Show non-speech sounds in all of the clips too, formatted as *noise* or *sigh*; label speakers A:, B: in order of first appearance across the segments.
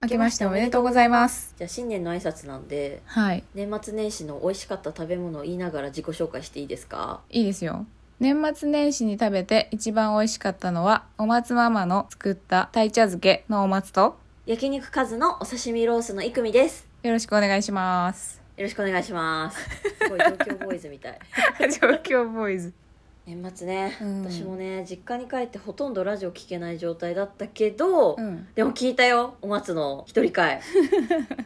A: 明けましておめでとうございます。
B: じゃあ新年の挨拶なんで
A: はい。
B: 年末年始の美味しかった食べ物を言いながら自己紹介していいですか
A: いいですよ。年末年始に食べて一番美味しかったのは、お松ママの作った鯛茶漬けのお松と、
B: 焼肉カズのお刺身ロースのいくみです
A: よろしくお願いします。
B: よろしくお願いします *laughs* すごい状況ボーイズみたい
A: 状況ボーイズ。
B: 年末ね、
A: うん
B: 私もね実家に帰ってほとんどラジオ聞けない状態だったけど、
A: うん。
B: でも聞いたよお松の一人 *laughs* 会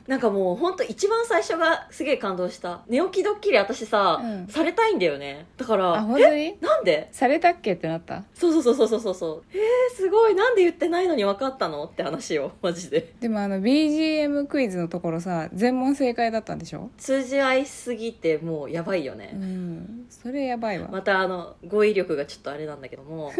B: なんかもうほんと一番最初がすげえ感動した寝起きドッキリ私さ、
A: うん
B: されたいんだよねだか
A: あ、
B: ら
A: 本当に
B: なんで
A: されたっけってなった。
B: そうそうそうそうそうそうえー、すごいなんで言ってないのに分かったのって話よマジで
A: でもあの BGM クイズのところさ、全問正解だったんでしょ
B: 通じ合いすぎてもうやばいよ
A: う
B: ね、
A: ん。それやばいわ。
B: またあの語彙力がちょっとあれなんだけども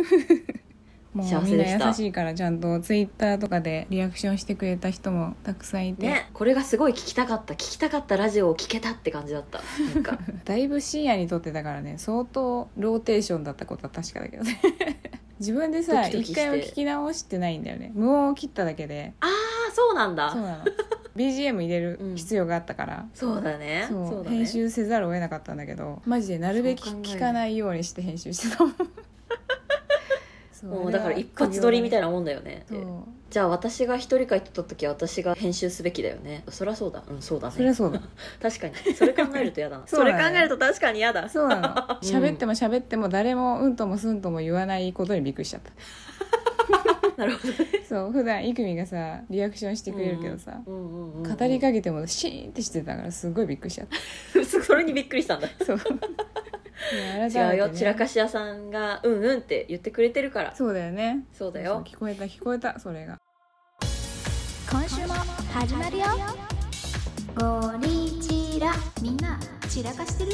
A: もう
B: 幸
A: み
B: せ
A: ん
B: でした
A: な優しいからちゃんとツイッターとかでリアクションしてくれた人もたくさんいて、
B: ねこれがすごい聞きたかった聞きたかったラジオを聞けたって感じだったなんか
A: だいぶ深夜に撮ってたからね相当ローテーションだったことは確かだけ
B: *laughs*
A: どね自分でさ
B: ドキドキ
A: 一
B: して
A: 回も聞き直してないんだよね無音を切っただけで
B: ああそうなんだ
A: そ
B: そうう
A: なの BGM 入れる
B: うん
A: 必要があったから、
B: だね
A: そう
B: だね
A: 編集せざるを得なかったんだけどマジでなるべき
B: そう考える
A: 聞かないようにして編集して
B: *laughs*
A: たもんそう
B: もうだから一発撮りみたい
A: な
B: なもんだよね
A: そう
B: じゃあ私が一人会撮った時は私が編集すべきだよねそりゃそうだうんそうだ
A: そりゃ
B: ね
A: そうだ
B: 確かにそれ考えると嫌だな
A: そうだね
B: それ考えると確かに嫌だ
A: そうなの喋っても喋っても誰もうんともすんとも言わないことにびっくりしちゃった
B: なるほど
A: そう普段イクミがさリアクションしてくれるけどさ、
B: うんうんうんうん
A: 語りかけてもシーンってしてたからすごいびっくりしちゃっ
B: *laughs* それにびっくりした
A: *laughs*
B: んだ
A: たそう
B: 違うよ散ら
A: し
B: かし屋さんが「うんうん」って言ってくれてるから
A: そうだよね
B: そうだよ
A: 聞こえた聞こえたそれが
C: 今週も始まるよゴリチラみんな散らかしてる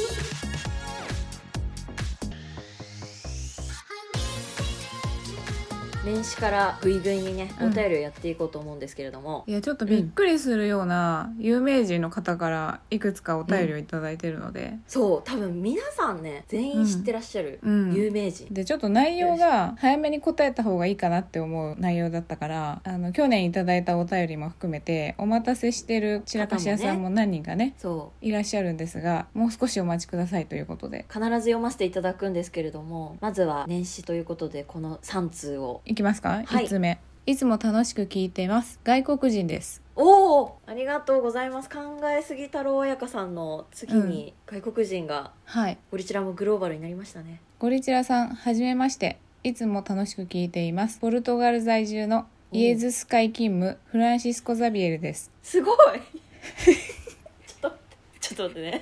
B: 年始からぐいぐいにね
A: うん
B: お便りをやっていこうと思うんですけれども、
A: いやちょっとびっくりするような有名人の方からいくつかお便りをいただいてるので、
B: そう多分皆さんね全員知ってらっしゃる
A: うん
B: 有名人、
A: でちょっと内容が早めに答えた方がいいかなって思う内容だったからあの去年いただいたお便りも含めてお待たせしてる散らかし屋さんも何人かね
B: そ
A: いらっしゃるんですがもう少しお待ちくださいということで
B: う必ず読ませていただくんですけれどもまずは年始ということでこの3通を
A: いきますか、
B: はい
A: 1つ目いつも楽しく聞いています外国人です
B: おおありがとうございます考えすぎ太郎彩香さんの次に外国人が
A: はい
B: ゴリチラもグローバルになりましたね
A: ゴリチラさんはじめましていつも楽しく聞いていますポルトガル在住のイエズス会勤務フランシスコ・ザビエルです
B: すごい *laughs* ちょっと待ってちょっと待ってね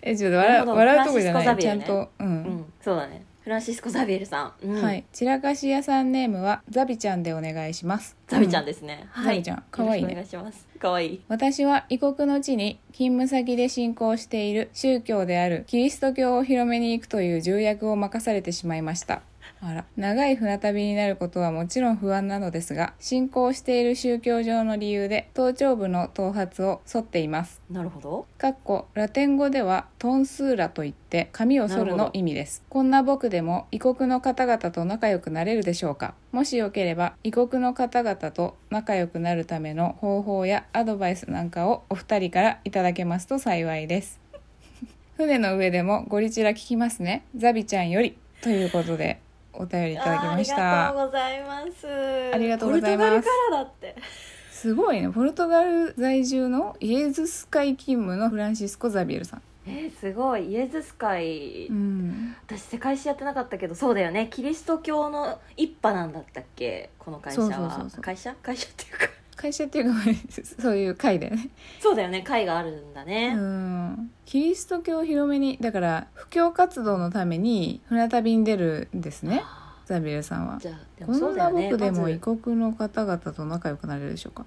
A: えちょっと
B: なる
A: 笑う
B: ほど
A: 笑うとこじゃない、
B: フランシス
A: ちゃん
B: コザビエルね
A: とうん、
B: うん、そうだね。フランシスコ・ザビエルさん。うん、
A: はい。散らかし屋さんネームはザビちゃんでお願いします
B: ザビちゃん
A: で、
B: ですね。
A: うん
B: は
A: ザビちゃん可愛いね
B: よろしくお願いします。可愛い。
A: 私は異国の地に勤務先で信仰している宗教であるキリスト教を広めに行くという重役を任されてしまいましたあら長い船旅になることはもちろん不安なのですが信仰している宗教上の理由で頭頂部の頭髪を剃っています
B: なるほど。
A: かっこラテン語ではトンスーラといって髪を剃るの意味ですこんな僕でも異国の方々と仲良くなれるでしょうかもしよければ異国の方々と仲良くなるための方法やアドバイスなんかをお二人からいただけますと幸いです *laughs* 船の上でもゴリチラ聞きますねザビちゃんよりということでお便りいただきまし
B: あーあ
A: た
B: りがとうございます。
A: ありがとうございます
B: ポルトガルからだって。
A: すごいねポルトガル在住のイエズス会勤務のフランシスコ・ザビエルさん
B: えー、すごい。イエズス会、
A: うん
B: 私世界史やってなかったけど、そうだよね。キリスト教の一派なんだったっけこの会社は。
A: そうそうそうそう
B: 会社会社っていうか。
A: 会社っていうかそういう会だよね
B: そうだよね。会があるんだ
A: う
B: ね。
A: んキリスト教を広めにだから布教活動のために船旅に出るんですね
B: あ
A: ザビエルさんは
B: ーじゃあ、で
A: こ
B: もそうん
A: な
B: だよね。
A: 僕でも
B: まず
A: 異国の方々と仲良くなれるでしょう
B: *laughs*
A: か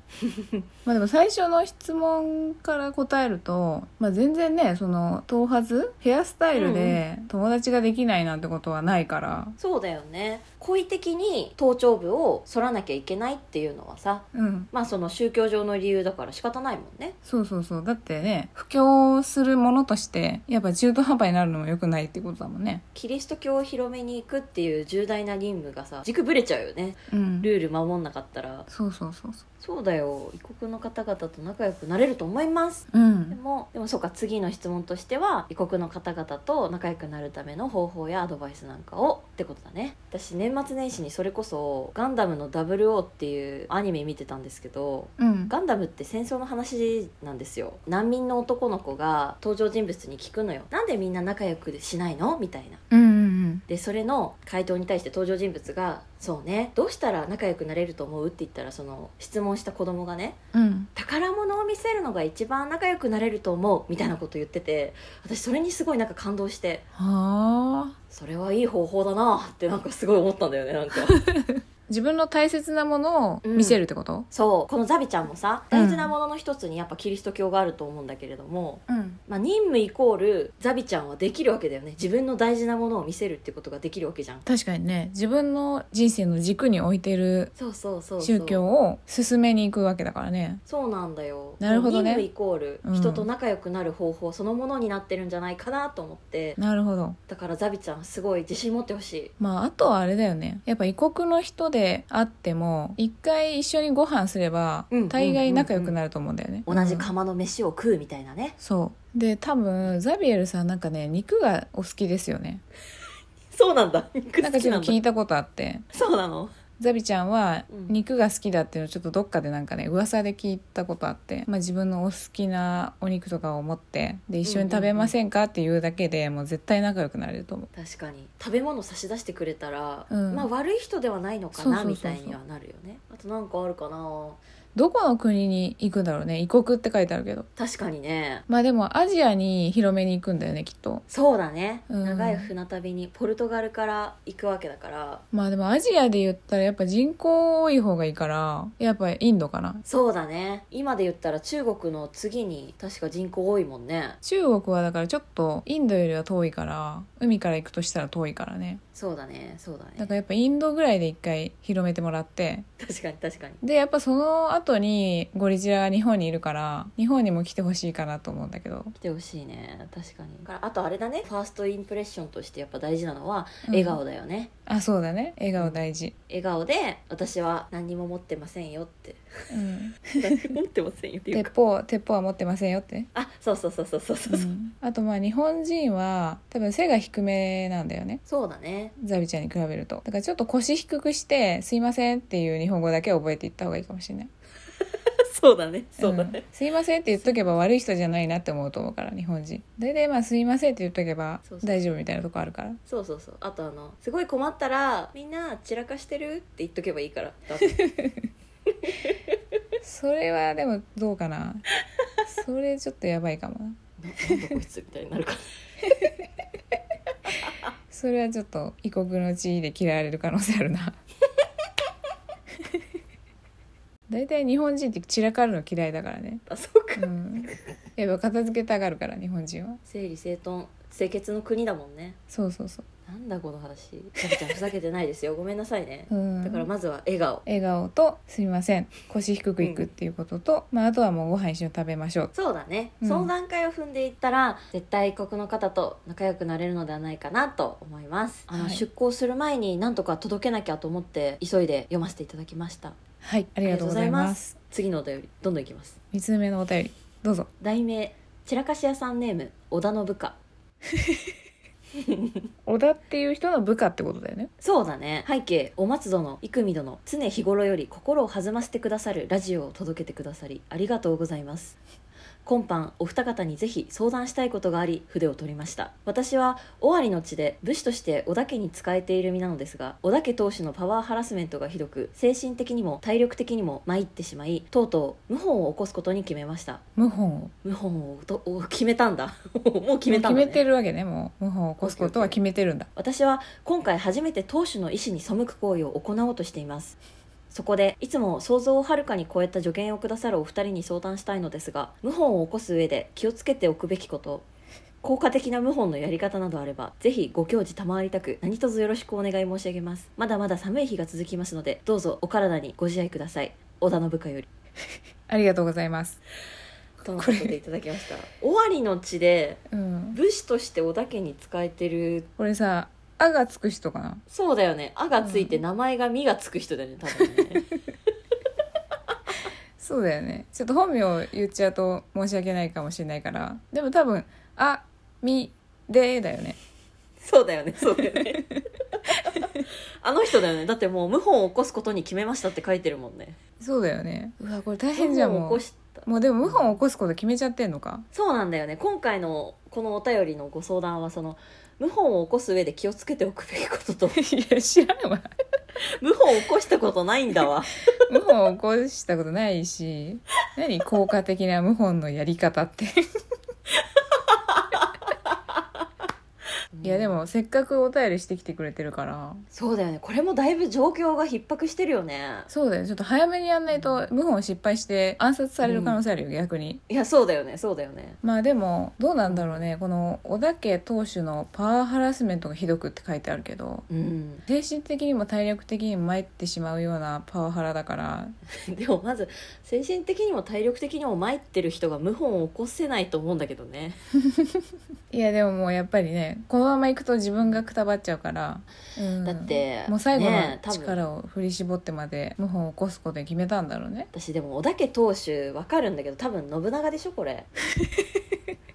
A: まあでも最初の質問から答えると、まあ、全然ねその頭髪ヘアスタイルで友達ができないなんてことはないから、
B: そうだよね故意的に頭頂部を剃らなきゃいけないっていうのはさ
A: うん、
B: まあその宗教上の理由だから仕方ないもんね
A: そうそうそうだってね布教するものとしてやっぱ中途半端になるのも良くないってことだもんね
B: キリスト教を広めに行くっていう重大な任務がさ軸ぶれれちゃうよね
A: うん
B: ルール守んなかったら
A: そうそうそうそ
B: そうだよ異国の方々と仲良くなれると思います
A: うう
B: で
A: ん
B: もでもそうか次の質問としては異国の方々と仲良くなるための方法やアドバイスなんかをってことだね私年末年始にそれこそ「ガンダムの00」っていうアニメ見てたんですけど
A: うん
B: ガンダムって戦争の話なんですよ難民の男の子が登場人物に聞くのよなんでみんな仲良くしないのみたいな
A: うんうん
B: でそれの回答に対して登場人物が「そうねどうしたら仲良くなれると思う?」って言ったらその質問した子供がね
A: うん
B: 「宝物を見せるのが一番仲良くなれると思う」みたいなこと言ってて私それにすごいなんか感動して
A: はあ
B: それはいい方法だなってなんかすごい思ったんだよねな
A: *laughs*
B: んか
A: 自分の大切なものを見せるってこと
B: そうこのザビちゃんもさ
A: うん
B: 大事なものの一つにやっぱキリスト教があると思うんだけれども、
A: うん
B: まあ、任務イコールザビちゃんはできるわけだよね自分の大事なものを見せるってことができるわけじゃん
A: 確かにね自分の人生の軸に置いてる
B: そうそうそうそう
A: 宗教を進めに行くわけだからね
B: そうなんだよ
A: なるほどね
B: 任務イコール
A: うん
B: 人と仲良くなる方法そのものになってるんじゃないかなと思って、
A: なるほど
B: だからザビちゃんすごい自信持ってほしい
A: まああとはあれだよねやっぱ異国の人であっても一回一緒にご飯すれば
B: うん
A: 大概仲良くなると思うんだよね、
B: 同じ
A: うん
B: 釜の飯を食うみたいなね、
A: そうで多分ザビエルさんなんかね肉がお好きですよね
B: そうなんだ肉
A: なん
B: 好
A: か
B: き
A: ちょ
B: な
A: っ
B: ん
A: と
B: だ
A: 聞いたことあって
B: そうなの
A: ザビちゃんは
B: うん
A: 肉が好きだっていうのをちょっとどっかでなんかね噂で聞いたことあって、まあ、自分のお好きなお肉とかを持ってで一緒に食べませんかっていうだけでもう絶対仲良くなれると思う
B: 確かに食べ物差し出してくれたら、
A: うん
B: まあ悪い人ではないのか
A: そうそう
B: な
A: そうそう
B: みたいにはなるよねあとなんかあるかな
A: どこの国に行くんだろうね異国って書いてあるけど
B: 確かにね
A: まあでもアジアに広めに行くんだよねきっと
B: そうだね、
A: うん
B: 長い船旅にポルトガルから行くわけだから
A: まあでもアジアで言ったらやっぱ人口多い方がいいからやっぱインドかな
B: そうだね今で言ったら中国の次に確か人口多いもんね
A: 中国はだからちょっとインドよりは遠いから海から行くとしたら遠いからね
B: そうだねそうだね
A: だからやっぱインドぐらいで一回広めてもらって
B: 確かに確かに
A: でやっぱその後にゴリジラが日本にいるから日本にも来てほしいかなと思うんだけど、
B: 来てほしいね確かにだからあとあれだねファーストインプレッションとしてやっぱ大事なのは
A: うん
B: 笑顔だよね、
A: あそうだね笑顔大事
B: 笑顔で私は何にも持ってませんよって *laughs*
A: うん
B: 何にも持ってませんよっていう
A: 鉄
B: か
A: 砲鉄砲は持ってませんよって
B: あそうそうそうそうそうそう、う
A: あとまあ日本人は多分背が低めなんだよね
B: そうだね
A: ザビちゃんに比べるとだからちょっと腰低くして「すいません」っていう日本語だけ覚えていった方がいいかもしれない
B: そうだねそうだ
A: ん
B: ね、
A: すいません」って言っとけば悪い人じゃないなって思うと思うから日本人大体まあ「すいません」って言っとけば
B: そうそう
A: 大丈夫みたいなとこあるから
B: そうそうそうあとあのすごい困ったらみんな散らかしてるって言っとけばいいから
A: それはでもどうかなそれちょっとやばいかもな
B: なんだこいつみたいになるから
A: それはちょっと異国の地で嫌われる可能性あるな大体日本人って散らかるの嫌いだからね
B: *laughs* あそう
A: う
B: か
A: んやっぱ片付けたがるから日本人は
B: 整理整頓清潔の国だもんね
A: そうそうそ
B: なんだこの話ちゃんちゃんふざけてないですよごめんなさいね
A: う、うん、
B: だからまずは笑顔
A: 笑顔と「すみません腰低くいく」っていうことと、まあ、あとはもうご飯一緒に食べましょう
B: そうだね、
A: うん
B: その段階を踏んでいったら絶対異国の方と仲良くなれるのではないかなと思いますあの、
A: はい
B: 出航する前になんとか届けなきゃと思って急いで読ませていただきました
A: はいありがとうございます
B: 次のお便りどんどんいきます
A: 三つ目のお便りどうぞ
B: 題名散らかし屋さんネーム織田の部下
A: 小田っていう人の部下ってことだよね
B: そうだね背景お松殿生見殿常日頃より心を弾ませてくださるラジオを届けてくださりありがとうございます今般お二方にぜひ相談したいことがあり筆を取りました私は尾張の地で武士として織田家に仕えている身なのですが織田家当主のパワーハラスメントがひどく精神的にも体力的にも参ってしまいとうとう謀反を起こすことに決めました
A: 謀反を
B: 謀反をとお決めたんだ *laughs* もう決めたんだ、
A: も
B: ね、
A: う決めてるわけねもう謀反を起こすことは決めてるんだ
B: 私は今回初めて当主の意思に背く行為を行おうとしていますそこでいつも想像をはるかに超えた助言をくださるお二人に相談したいのですが謀反を起こす上で気をつけておくべきこと効果的な謀反のやり方などあればぜひご教示賜りたく何卒よろしくお願い申し上げますまだまだ寒い日が続きますのでどうぞお体にご自愛ください織田信部下より
A: ありがとうございます
B: とのことでいただきました尾張の地で
A: うん
B: 武士として織田家に仕えてる
A: これさ「あ」がつく人かな
B: そうだよね「あ」がついて
A: うん
B: 名前が「み」がつく人だよね多分
A: *laughs*
B: ね
A: そうだよねちょっと本名を言っちゃうと申し訳ないかもしれないからでも多分「あ」「み」「で」だよね
B: そうだよねそうだよね *laughs* あの人だよねだってもう謀反を起こすことに決めましたって書いてるもんね
A: そうだよねうわこれ大変じゃん
B: 謀反
A: も
B: を
A: う
B: 起こした
A: もうでも謀反を起こすこと決めちゃってんのか
B: そうなんだよね今回のこのお便りのご相談はその謀反を起こす上で気をつけておくべきこと
A: *laughs*
B: と
A: いや知らんわ
B: 謀反を起こしたことないんだわ
A: 謀反を起こしたことないし何効果的な謀反のやり方っていやでもせっかくお便りしてきてくれてるから
B: そうだよねこれもだいぶ状況が逼迫してるよね
A: そうだよねちょっと早めにやんないと謀反失敗して暗殺される可能性あるよ、逆に
B: いやそうだよねそうだよね
A: まあでもどうなんだろうねこの小田家当主のパワーハラスメントがひどくって書いてあるけど
B: うん
A: 精神的にも体力的にも参ってしまうようなパワハラだから
B: *laughs* でもまず精神的にも体力的にも参ってる人が謀反を起こせないと思うんだけどね
A: いやでももうやっぱりねこのまま行くと自分がくたばっちゃうから、うん
B: だって
A: もう最後の
B: ね多分
A: 力を振り絞ってまで謀反を起こすことに決めたんだろうね
B: 私でも織田家当主わかるんだけど多分信長でしょ
A: *laughs*
B: これ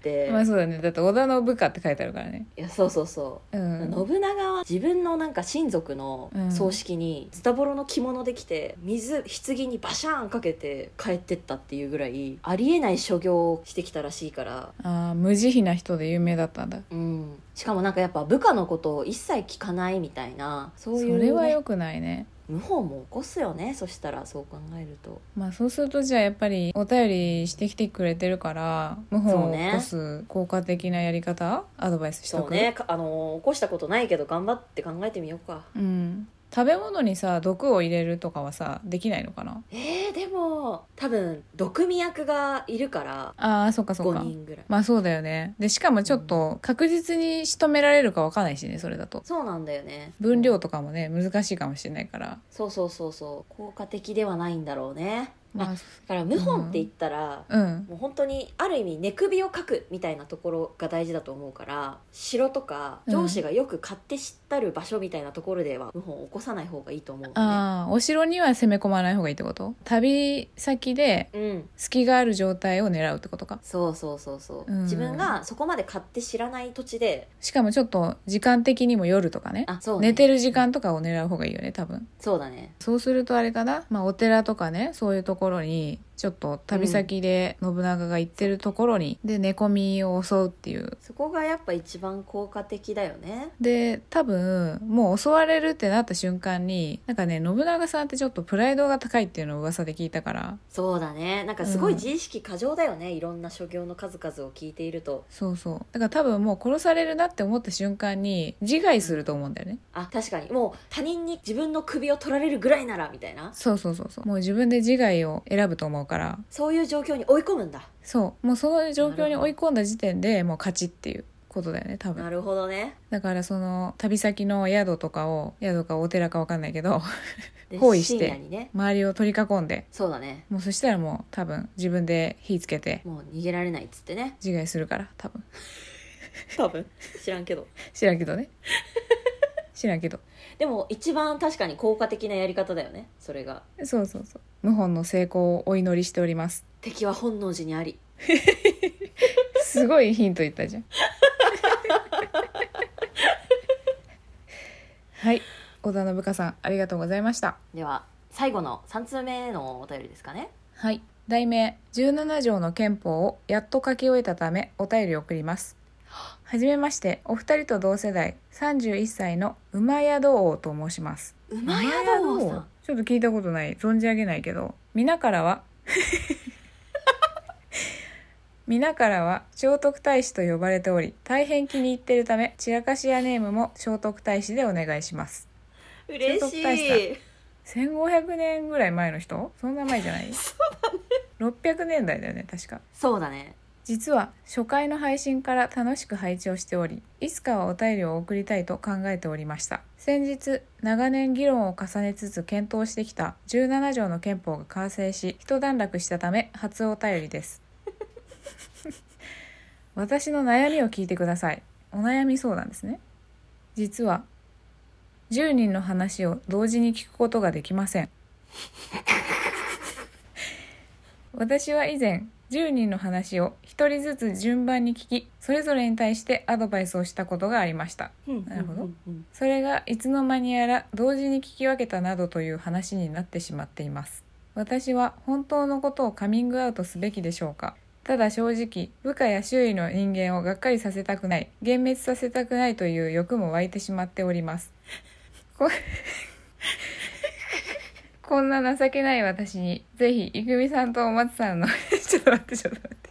B: で、
A: まあそうだねだって織田の部下って書いてあるからね
B: いやそうそうそうう、
A: ん
B: 信長は自分のなんか親族の葬式にズタボロの着物で来て水棺にバシャーンかけて帰ってったっていうぐらいありえない所業をしてきたらしいから
A: ああ無慈悲な人で有名だったんだ
B: うん、しかもなんかやっぱ部下のことを一切聞かないみたいなそう
A: そ
B: いう、
A: れは
B: ね、
A: 良くないね
B: 無法も起こすよねそしたらそう考えると
A: まあそうするとじゃあやっぱりお便りしてきてくれてるから謀反を起こす効果的なやり方、アドバイスしと
B: そう
A: く
B: ね、かあのー起こしたことないけど頑張って考えてみようか
A: うん食べ物にさ毒を入れるとかはさできないのかな
B: えー、でも多分毒味役がいるから
A: ああそっかそっ
B: 5
A: か
B: 人ぐらい
A: まあそうだよねでしかもちょっと確実に仕留められるかわかんないしねそれだと
B: そうなんだよね
A: 分量とかもね難しいかもしれないから
B: そうそうそうそう効果的ではないんだろうねあ
A: ま
B: だから謀反って言ったら、
A: あうん
B: もう本当にある意味寝首をかくみたいなところが大事だと思うから城とか
A: うん
B: 上司がよく買って知ったる場所みたいなところでは謀反を起こさない方がいいと思うのね
A: ああお城には攻め込まない方がいいってこと旅先で
B: うん
A: 隙がある状態を狙うってことか
B: そうそうそうそう、
A: うん
B: 自分がそこまで買って知らない土地で
A: しかもちょっと時間的にも夜とかね
B: あそう、ね、
A: 寝てる時間とかを狙う方がいいよね多分
B: そうだね
A: そうするとあれかな、まあ、お寺とかねそういうところにちょっと旅先で信長が行ってるところに、で寝込みを襲うっていう
B: そこがやっぱ一番効果的だよね
A: で多分もう襲われるってなった瞬間になんかね信長さんってちょっとプライドが高いっていうのを噂で聞いたから
B: そうだねなんかすご
A: う
B: い
A: ん
B: 自意識過剰だよね、いろんな所業の数々を聞いていると
A: そうそうだから多分もう殺されるなって思った瞬間に自害すると思うんだよね
B: あ確かにもう他人に自分の首を取られるぐらいならみたいな
A: そうそうそうそうもう自分で自害を選ぶと思うから
B: そういう状況に追い込むんだ
A: そうもうその状況に追い込んだ時点でもう勝ちっていうことだよね多分
B: なるほどね
A: だからその旅先の宿とかを宿かお寺か分かんないけど *laughs*
B: で
A: 包囲して
B: 深夜にね
A: 周りを取り囲んで
B: そうだね
A: もうそしたらもう多分自分で火つけて
B: もう逃げられないっつってね
A: 自害するから多分 *laughs*
B: 多分知らんけど
A: 知らんけどね *laughs* 知らんけど
B: でも一番確かに効果的なやり方だよねそれが
A: そうそうそう謀反の成功をお祈りしております
B: 敵は本能寺にあり
A: すごいヒント言ったじゃん *laughs* はい小田信香さんありがとうございました
B: では最後の3通目のお便りですかね
A: はい題名17条の憲法をやっと書き終えたためお便りを送りますはじめましてお二人と同世代31歳の馬宿王と申します
B: 馬宿王さん
A: ちょっと聞いたことない存じ上げないけど皆からは *laughs* 皆からは聖徳太子と呼ばれており大変気に入っているため散らかし屋ネームも聖徳太子でお願いします
B: 嬉し
A: 聖徳太
B: い
A: 1500年ぐらい前の人そんな前じゃない600年代だよね確か
B: そうだね
A: 実は初回の配信から楽しく拝聴しておりいつかはお便りを送りたいと考えておりました先日長年議論を重ねつつ検討してきた17条の憲法が完成し一段落したため初お便りです *laughs* 私の悩みを聞いてくださいお悩み相談ですね実は10人の話を同時に聞くことができません私は以前10人の話を1人ずつ順番に聞きそれぞれに対してアドバイスをしたことがありましたなるほど
B: うんうん
A: それがいつの間にやら同時に聞き分けたなどという話になってしまっています私は本当のことをカミングアウトすべきでしょうかただ正直部下や周囲の人間をがっかりさせたくない幻滅させたくないという欲も湧いてしまっておりますこ *laughs* こんな情けない私にぜひいくみさんとお松さんの *laughs* ちょっと待ってちょっと待って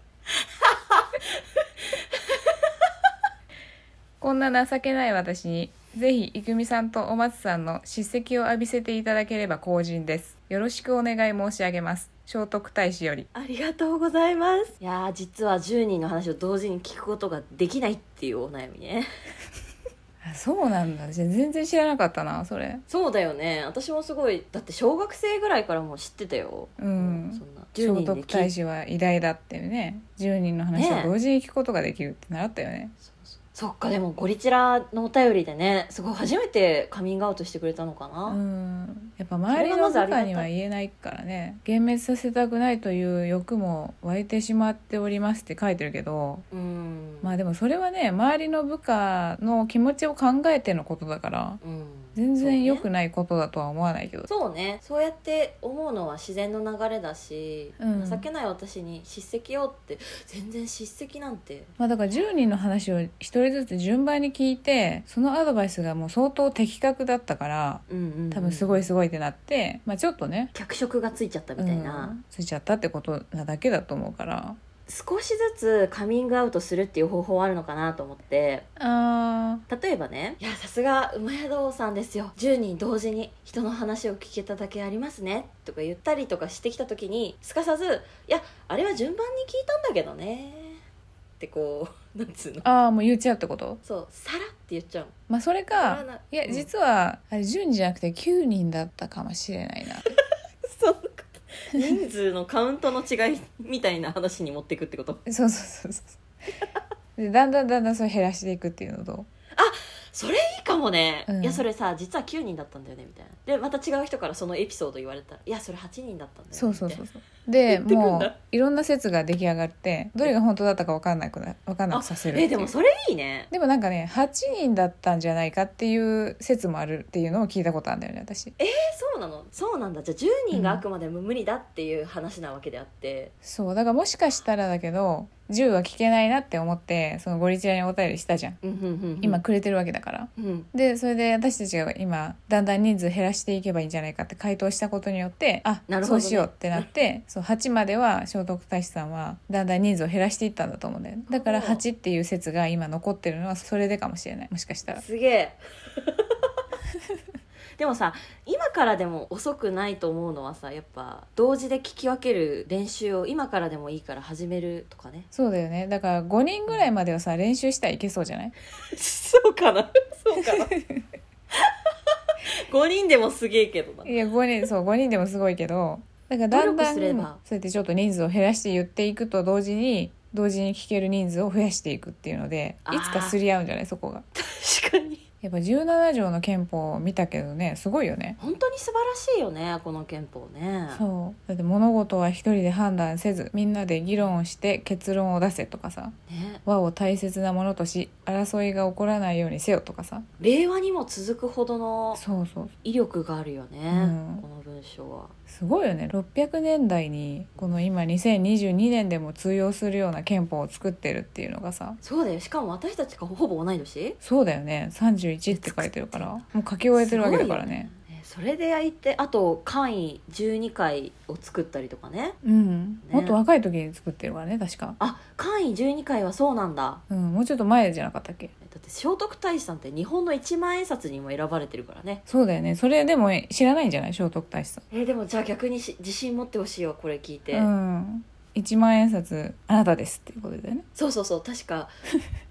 A: こんな情けない私にぜひいくみさんとお松さんの叱責を浴びせていただければ幸甚ですよろしくお願い申し上げます聖徳太子より
B: ありがとうございますいやー実は10人の話を同時に聞くことができないっていうお悩みね
A: あそうなんだじゃあ全然知らなかったなそれ
B: そうだよね私もすごいだって小学生ぐらいからもう知ってたよ
A: うん
B: そんな
A: 聖
B: 10人
A: 徳
B: で
A: 太
B: 聞
A: 子
B: い
A: は偉大だってね10人の話を同時に聞くことができるって習ったよね
B: そっかでもゴリチラのお便りでねすごい初めてカミングアウトしてくれたのかな、
A: うんやっぱ周りの部下には言えないからね「幻滅させたくないという欲も湧いてしまっております」って書いてるけど
B: うん
A: まあでもそれはね周りの部下の気持ちを考えてのことだから
B: うん
A: 全然良く
B: い
A: ないことだとは思わないけど
B: そうねそうやって思うのは自然の流れだし、
A: うん
B: 情けない私に叱責をって全然叱責なんて
A: まあ、だから10人の話を1人ずつ順番に聞いてそのアドバイスがもう相当的確だったから
B: うんうんうん
A: 多分すごいすごいってなって、まあ、ちょっとね、
B: 脚色がついちゃったみたいな、
A: うんついちゃったってことなだけだと思うから
B: 少しずつカミングアウトするっていう方法はあるのかなと思って
A: あ
B: 例えばねいやさすが馬宿さんですよ10人同時に人の話を聞けただけありますねとか言ったりとかしてきた時にすかさず「いやあれは順番に聞いたんだけどね」ってこうなんつう
A: ー
B: の
A: あーもう言っちゃうってこと
B: そう「さら」って言っちゃうの
A: まあそれ
B: そ
A: か
B: れはない
A: や
B: うん
A: 実はあれ10人じゃなくて9人だったかもしれないな
B: そう人数のカウントの違いみたいな話に持っていくってこと
A: そうそうそうそうでだんだんだんだんそれ減らしていくっていうのと
B: それいいかもね、
A: うん
B: いやそれさ実は9人だったんだよねみたいなでまた違う人からそのエピソード言われたら「いやそれ8人だったんだよね」
A: そうそうそう
B: み
A: そうで
B: 言ってくんだ
A: もういろんな説が出来上がってどれが本当だったか分かんなくな分かんなくさせ
B: たい
A: るっ
B: な
A: てい
B: え
A: う
B: でもそれいいね
A: でもなんかね8人だったんじゃないかっていう説もあるっていうのを聞いたことあるんだよね私
B: えそうなのそうなんだじゃあ10人があくまでも無理だっていう話なわけであって、
A: そうだからもしかしたらだけど10は聞けないなって思ってそのゴリチラにお便りしたじゃん
B: うんうんうんうん
A: 今くれてるわけだから、
B: うん
A: でそれで私たちが今だんだん人数減らしていけばいいんじゃないかって回答したことによってあ
B: なるほ
A: そ
B: ど
A: う
B: ね
A: しようってなってそう8までは聖徳太子さんはだんだん人数を減らしていったんだと思うんだよねだから8っていう説が今残ってるのはそれでかもしれないもしかしたら。
B: すげえ *laughs* でもさ今からでも遅くないと思うのはさやっぱ同時で聞き分ける練習を今からでもいいから始めるとかね
A: そうだよねだから5人ぐらいまではさ練習したらいけそうじゃない
B: *laughs* そうかなそう *laughs* かな5人でもすげえけどない
A: や5人そう5人でもすごいけどだからだんだん
B: 努力す
A: そう
B: れば
A: やってちょっと人数を減らして言っていくと同時に同時に聞ける人数を増やしていくっていうので
B: あー
A: いつかすり合うんじゃないそこが
B: 確かに
A: やっぱ17条の憲法を見たけどねすごいよね
B: 本当に素晴らしいよねこの憲法ね
A: そうだって物事は一人で判断せずみんなで議論をして結論を出せとかさ
B: ね
A: 和を大切なものとし争いが起こらないようにせよとかさ
B: 令和にも続くほどの
A: そうそう
B: 威力があるよね、
A: うん
B: この文章は
A: すごいよね600年代にこの今2022年でも通用するような憲法を作ってるっていうのがさ
B: そうだよしかも私たちがほぼ同い年
A: そうだよね31って書いてるからもう書き終えてるわけだからね
B: すごいよねそれでいてあと簡易12回を作ったりとかね
A: うんもっと若い時に作ってるからね確か、
B: あ簡易12回はそうなんだ
A: うん、もうちょっと前じゃなかったっけ
B: だって聖徳太子さんって日本の一万円札にも選ばれてるからね
A: そうだよねそれでも知らないんじゃない聖徳太子さん
B: えーでもじゃあ逆にし自信持ってほしいわこれ聞いて、
A: うん1万円札あなたですっていうことだよね
B: そうそうそう確
A: *laughs*
B: か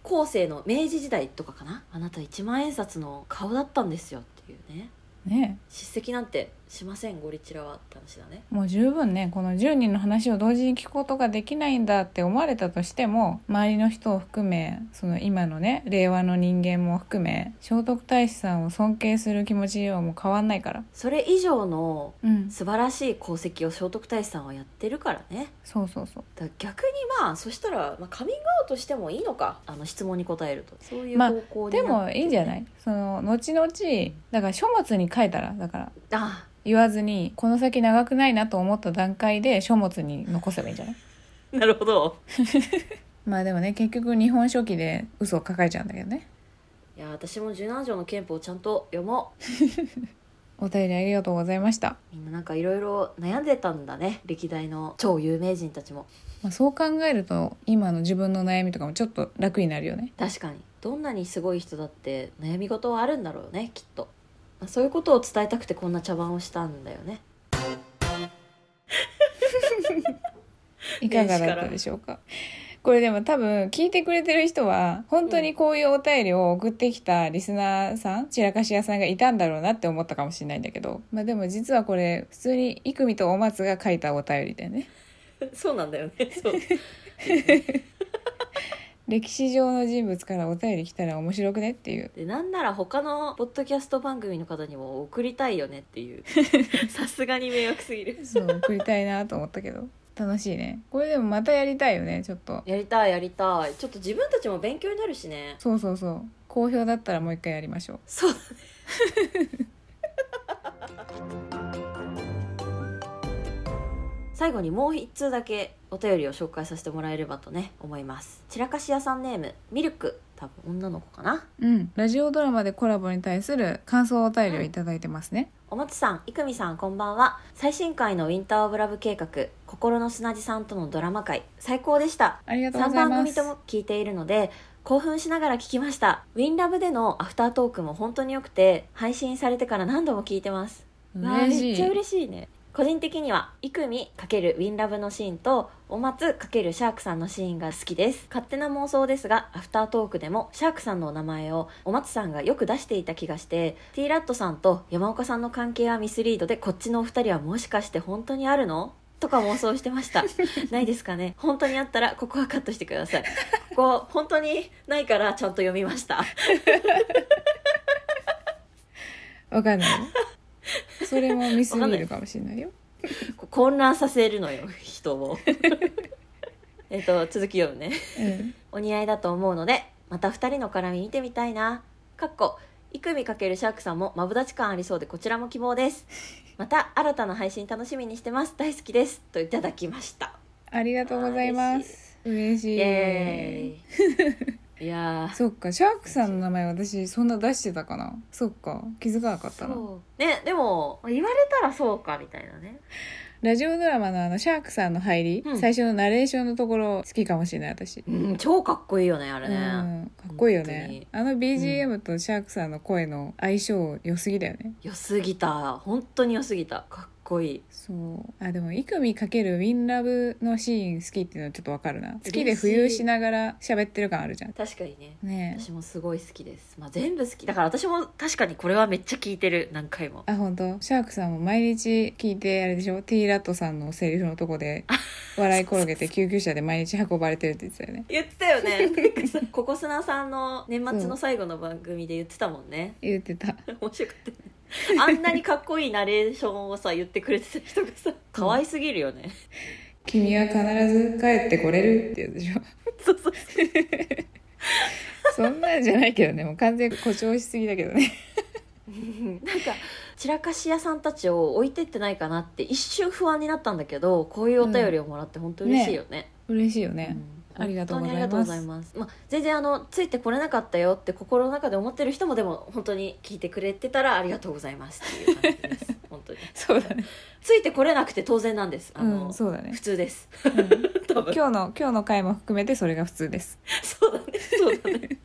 B: 後世の明治時代とかかなあなた一万円札の顔だったんですよっていうね
A: ね
B: 叱責なんてしませんゴリチラはって話だね
A: もう十分ねこの10人の話を同時に聞くことができないんだって思われたとしても周りの人を含めその今のね令和の人間も含め聖徳太子さんを尊敬する気持ちはもう変わんないから
B: それ以上の
A: うん
B: 素晴らしい功績を聖徳太子さんはやってるからね
A: そうそうそう
B: だから逆にまあそしたら、まあ、カミングアウトしてもいいのかあの質問に答えるとそういう
A: まあ
B: 方向に
A: でもいいんじゃ
B: い
A: ないその後々だから書物に書いたらだから
B: あ
A: 言わずにこの先長くないなと思った段階で書物に残せばいいんじゃない
B: あなるほど
A: まあでもね結局「日本書紀」で嘘を抱えちゃうんだけどね
B: いや私も十何条の憲法をちゃんと読もう
A: お便りありがとうございました、
B: みんななんかいろいろ悩んでたんだね歴代の超有名人たちも
A: まあ、そう考えると今の自分の悩みとかもちょっと楽になるよね
B: 確かにどんなにすごい人だって悩み事はあるんだろうねきっと、まあ、そういうことを伝えたくてこんな茶番をしたんだよね
A: いかがだったでしょうかこれでも多分聞いてくれてる人は本当にこういうお便りを送ってきたリスナーさん散らかし屋さんがいたんだろうなって思ったかもしれないんだけど、まあ、でも実はこれ普通に生見とお松が書いたお便りでね
B: *laughs* そうなんだよね *laughs* そう
A: 歴史上の人物からお便り来たら面白くねっていう
B: でなんなら他のポッドキャスト番組の方にも送りたいよねっていうさすがに迷惑すぎる
A: そう送りたいなと思ったけど楽しいねこれでもまたやりたいよねちょっと
B: やりたいやりたいちょっと自分たちも勉強になるしね
A: そうそうそう好評だったらもう一回やりましょう
B: そう最後にもう一通だけお便りを紹介させてもらえればとね思います散らかし屋さんネームミルク多分女の子かな
A: うんラジオドラマでコラボに対する感想お便りをいただいてますね、
B: おもつさん、いくみさん、こんばんは。最新回のウィンター・オブ・ラブ計画、心の砂地さんとのドラマ会、最高でした。
A: ありがとうご
B: 3
A: ざい
B: 番
A: ま
B: 組
A: す
B: とも聞いているので、興奮しながら聞きました。ウィンラブでのアフタートークも本当に良くて、配信されてから何度も聞いてます。わあ
A: 嬉し
B: めっ
A: い
B: ちゃ嬉しいね個人的にはイクミ×ウィンラブのシーンとお松×シャークさんのシーンが好きです勝手な妄想ですがアフタートークでもシャークさんのお名前をお松さんがよく出していた気がして T ラットさんと山岡さんの関係はミスリードでこっちのお二人はもしかして本当にあるのとか妄想してました
A: *laughs*
B: ないですかね本当にあったらここはカットしてくださいここ本当にないからちゃんと読みました
A: わかんないよそれもミスリードかもしれないよ
B: こう混乱させるのよ人
A: *laughs*
B: をえっと続き読むね
A: うん
B: お似合いだと思うのでまた2人の絡み見てみたいなかっこイクミかけるシャークさんもマブダチ感ありそうでこちらも希望ですまた新たな配信楽しみにしてます大好きですといただきました
A: ありがとうございます嬉しい
B: イエーイいやー
A: そっかシャークさんの名前私そんな出してたかなそっか気づかなかったな
B: そうねでも言われたらそうかみたいなね
A: ラジオドラマのあのシャークさんの入り、
B: うん
A: 最初のナレーションのところ好きかもしれない私
B: うん超かっこいいよねあ
A: う
B: れね、
A: んかっこいいよ
B: 本当
A: ね
B: に
A: あの BGM とシャークさんの声の相性良すぎだよね
B: 良すぎた本当に良すぎたかっこいい
A: そうあでも「イクミ×ウィンラブ」のシーン好きっていうのはちょっとわかるな好きで浮遊しながら喋ってる感あるじゃん
B: 確かにね
A: ねえ
B: 私もすごい好きです、まあ、全部好きだから私も確かにこれはめっちゃ聞いてる何回も
A: あ本当シャークさんも毎日聞いてあれでしょ T ラットさんのセリフのとこで笑い転げて救急車で毎日運ばれてるって言ってたよね
B: 言ってたよね *laughs* なんかさココスナさんの年末の最後の番組で言ってたもんね
A: 言ってた
B: *laughs* 面白かったよねあんなにかっこいいナレーションをさ言ってくれてた人がさ *laughs* 可愛すぎるよね、
A: 「君は必ず帰ってこれる」ってやつでしょ
B: *laughs* そうそう
A: そんなんじゃないけどねもう完全に誇張しすぎだけどね
B: なんか散らかし屋さんたちを置いてってないかなって一瞬不安になったんだけどこういうお便りをもらって本当嬉しいよね,、
A: 嬉しいよね、
B: うん
A: ありがとうございます
B: 本当にありがとうございます、まあ、全然あのついてこれなかったよって心の中で思ってる人もでも本当に聞いてくれてたらありがとうございますっていう感じ *laughs* です本当に
A: そうだね
B: ついてこれなくて当然なんですあの、
A: うんそうだね
B: 普、通です *laughs*
A: うん
B: 多分
A: 今日の今日の回も含めてそれが普通です
B: そうだねそうだね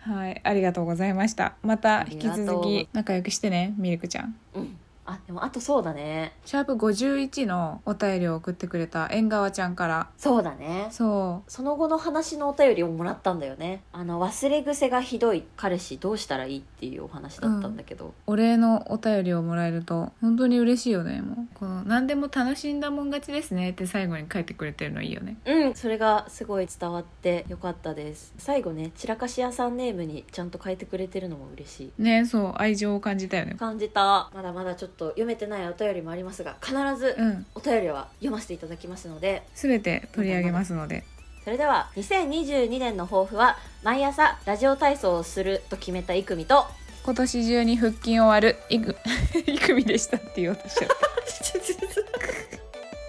A: はいありがとうございましたまた引き
B: あり
A: 続
B: がとう
A: き仲良くしてねミルクちゃん
B: うんあでもあとそうだね
A: シャープ51のお便りを送ってくれた縁側ちゃんから
B: そうだね
A: そ
B: その後の話のお便りをもらったんだよねあの忘れ癖がひどい彼氏どうしたらいいっていうお話だったんだけど、
A: うお礼のお便りをもらえると本当に嬉しいよねもうこの何でも楽しんだもん勝ちですねって最後に書いてくれてるのいいよね
B: うん、それがすごい伝わってよかったです最後ね散らかし屋さんネームにちゃんと変えてくれてるのも嬉し
A: ねそう愛情を感じたよね
B: い感じたまだまだちょっと読めてないお便りもありますが必ず
A: うん
B: お便りは読ませていただきますので
A: 全て取り上げますので
B: それでは2022年の抱負は毎朝ラジオ体操をすると決めたイクミと
A: 今年中に腹筋を割るいく *laughs* いくみでしたって言おうとしちゃった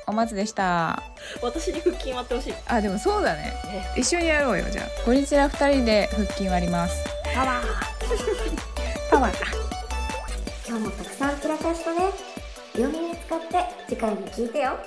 A: お松でした
B: 私に腹筋割ってほしい
A: あでもそうだね
B: ね
A: 一緒にやろうよじゃあゴリチラ2人で腹筋割ります
B: パワー
A: パワーだ
C: 今日もたくさん散らかしたね両耳使って次回も聞いてよ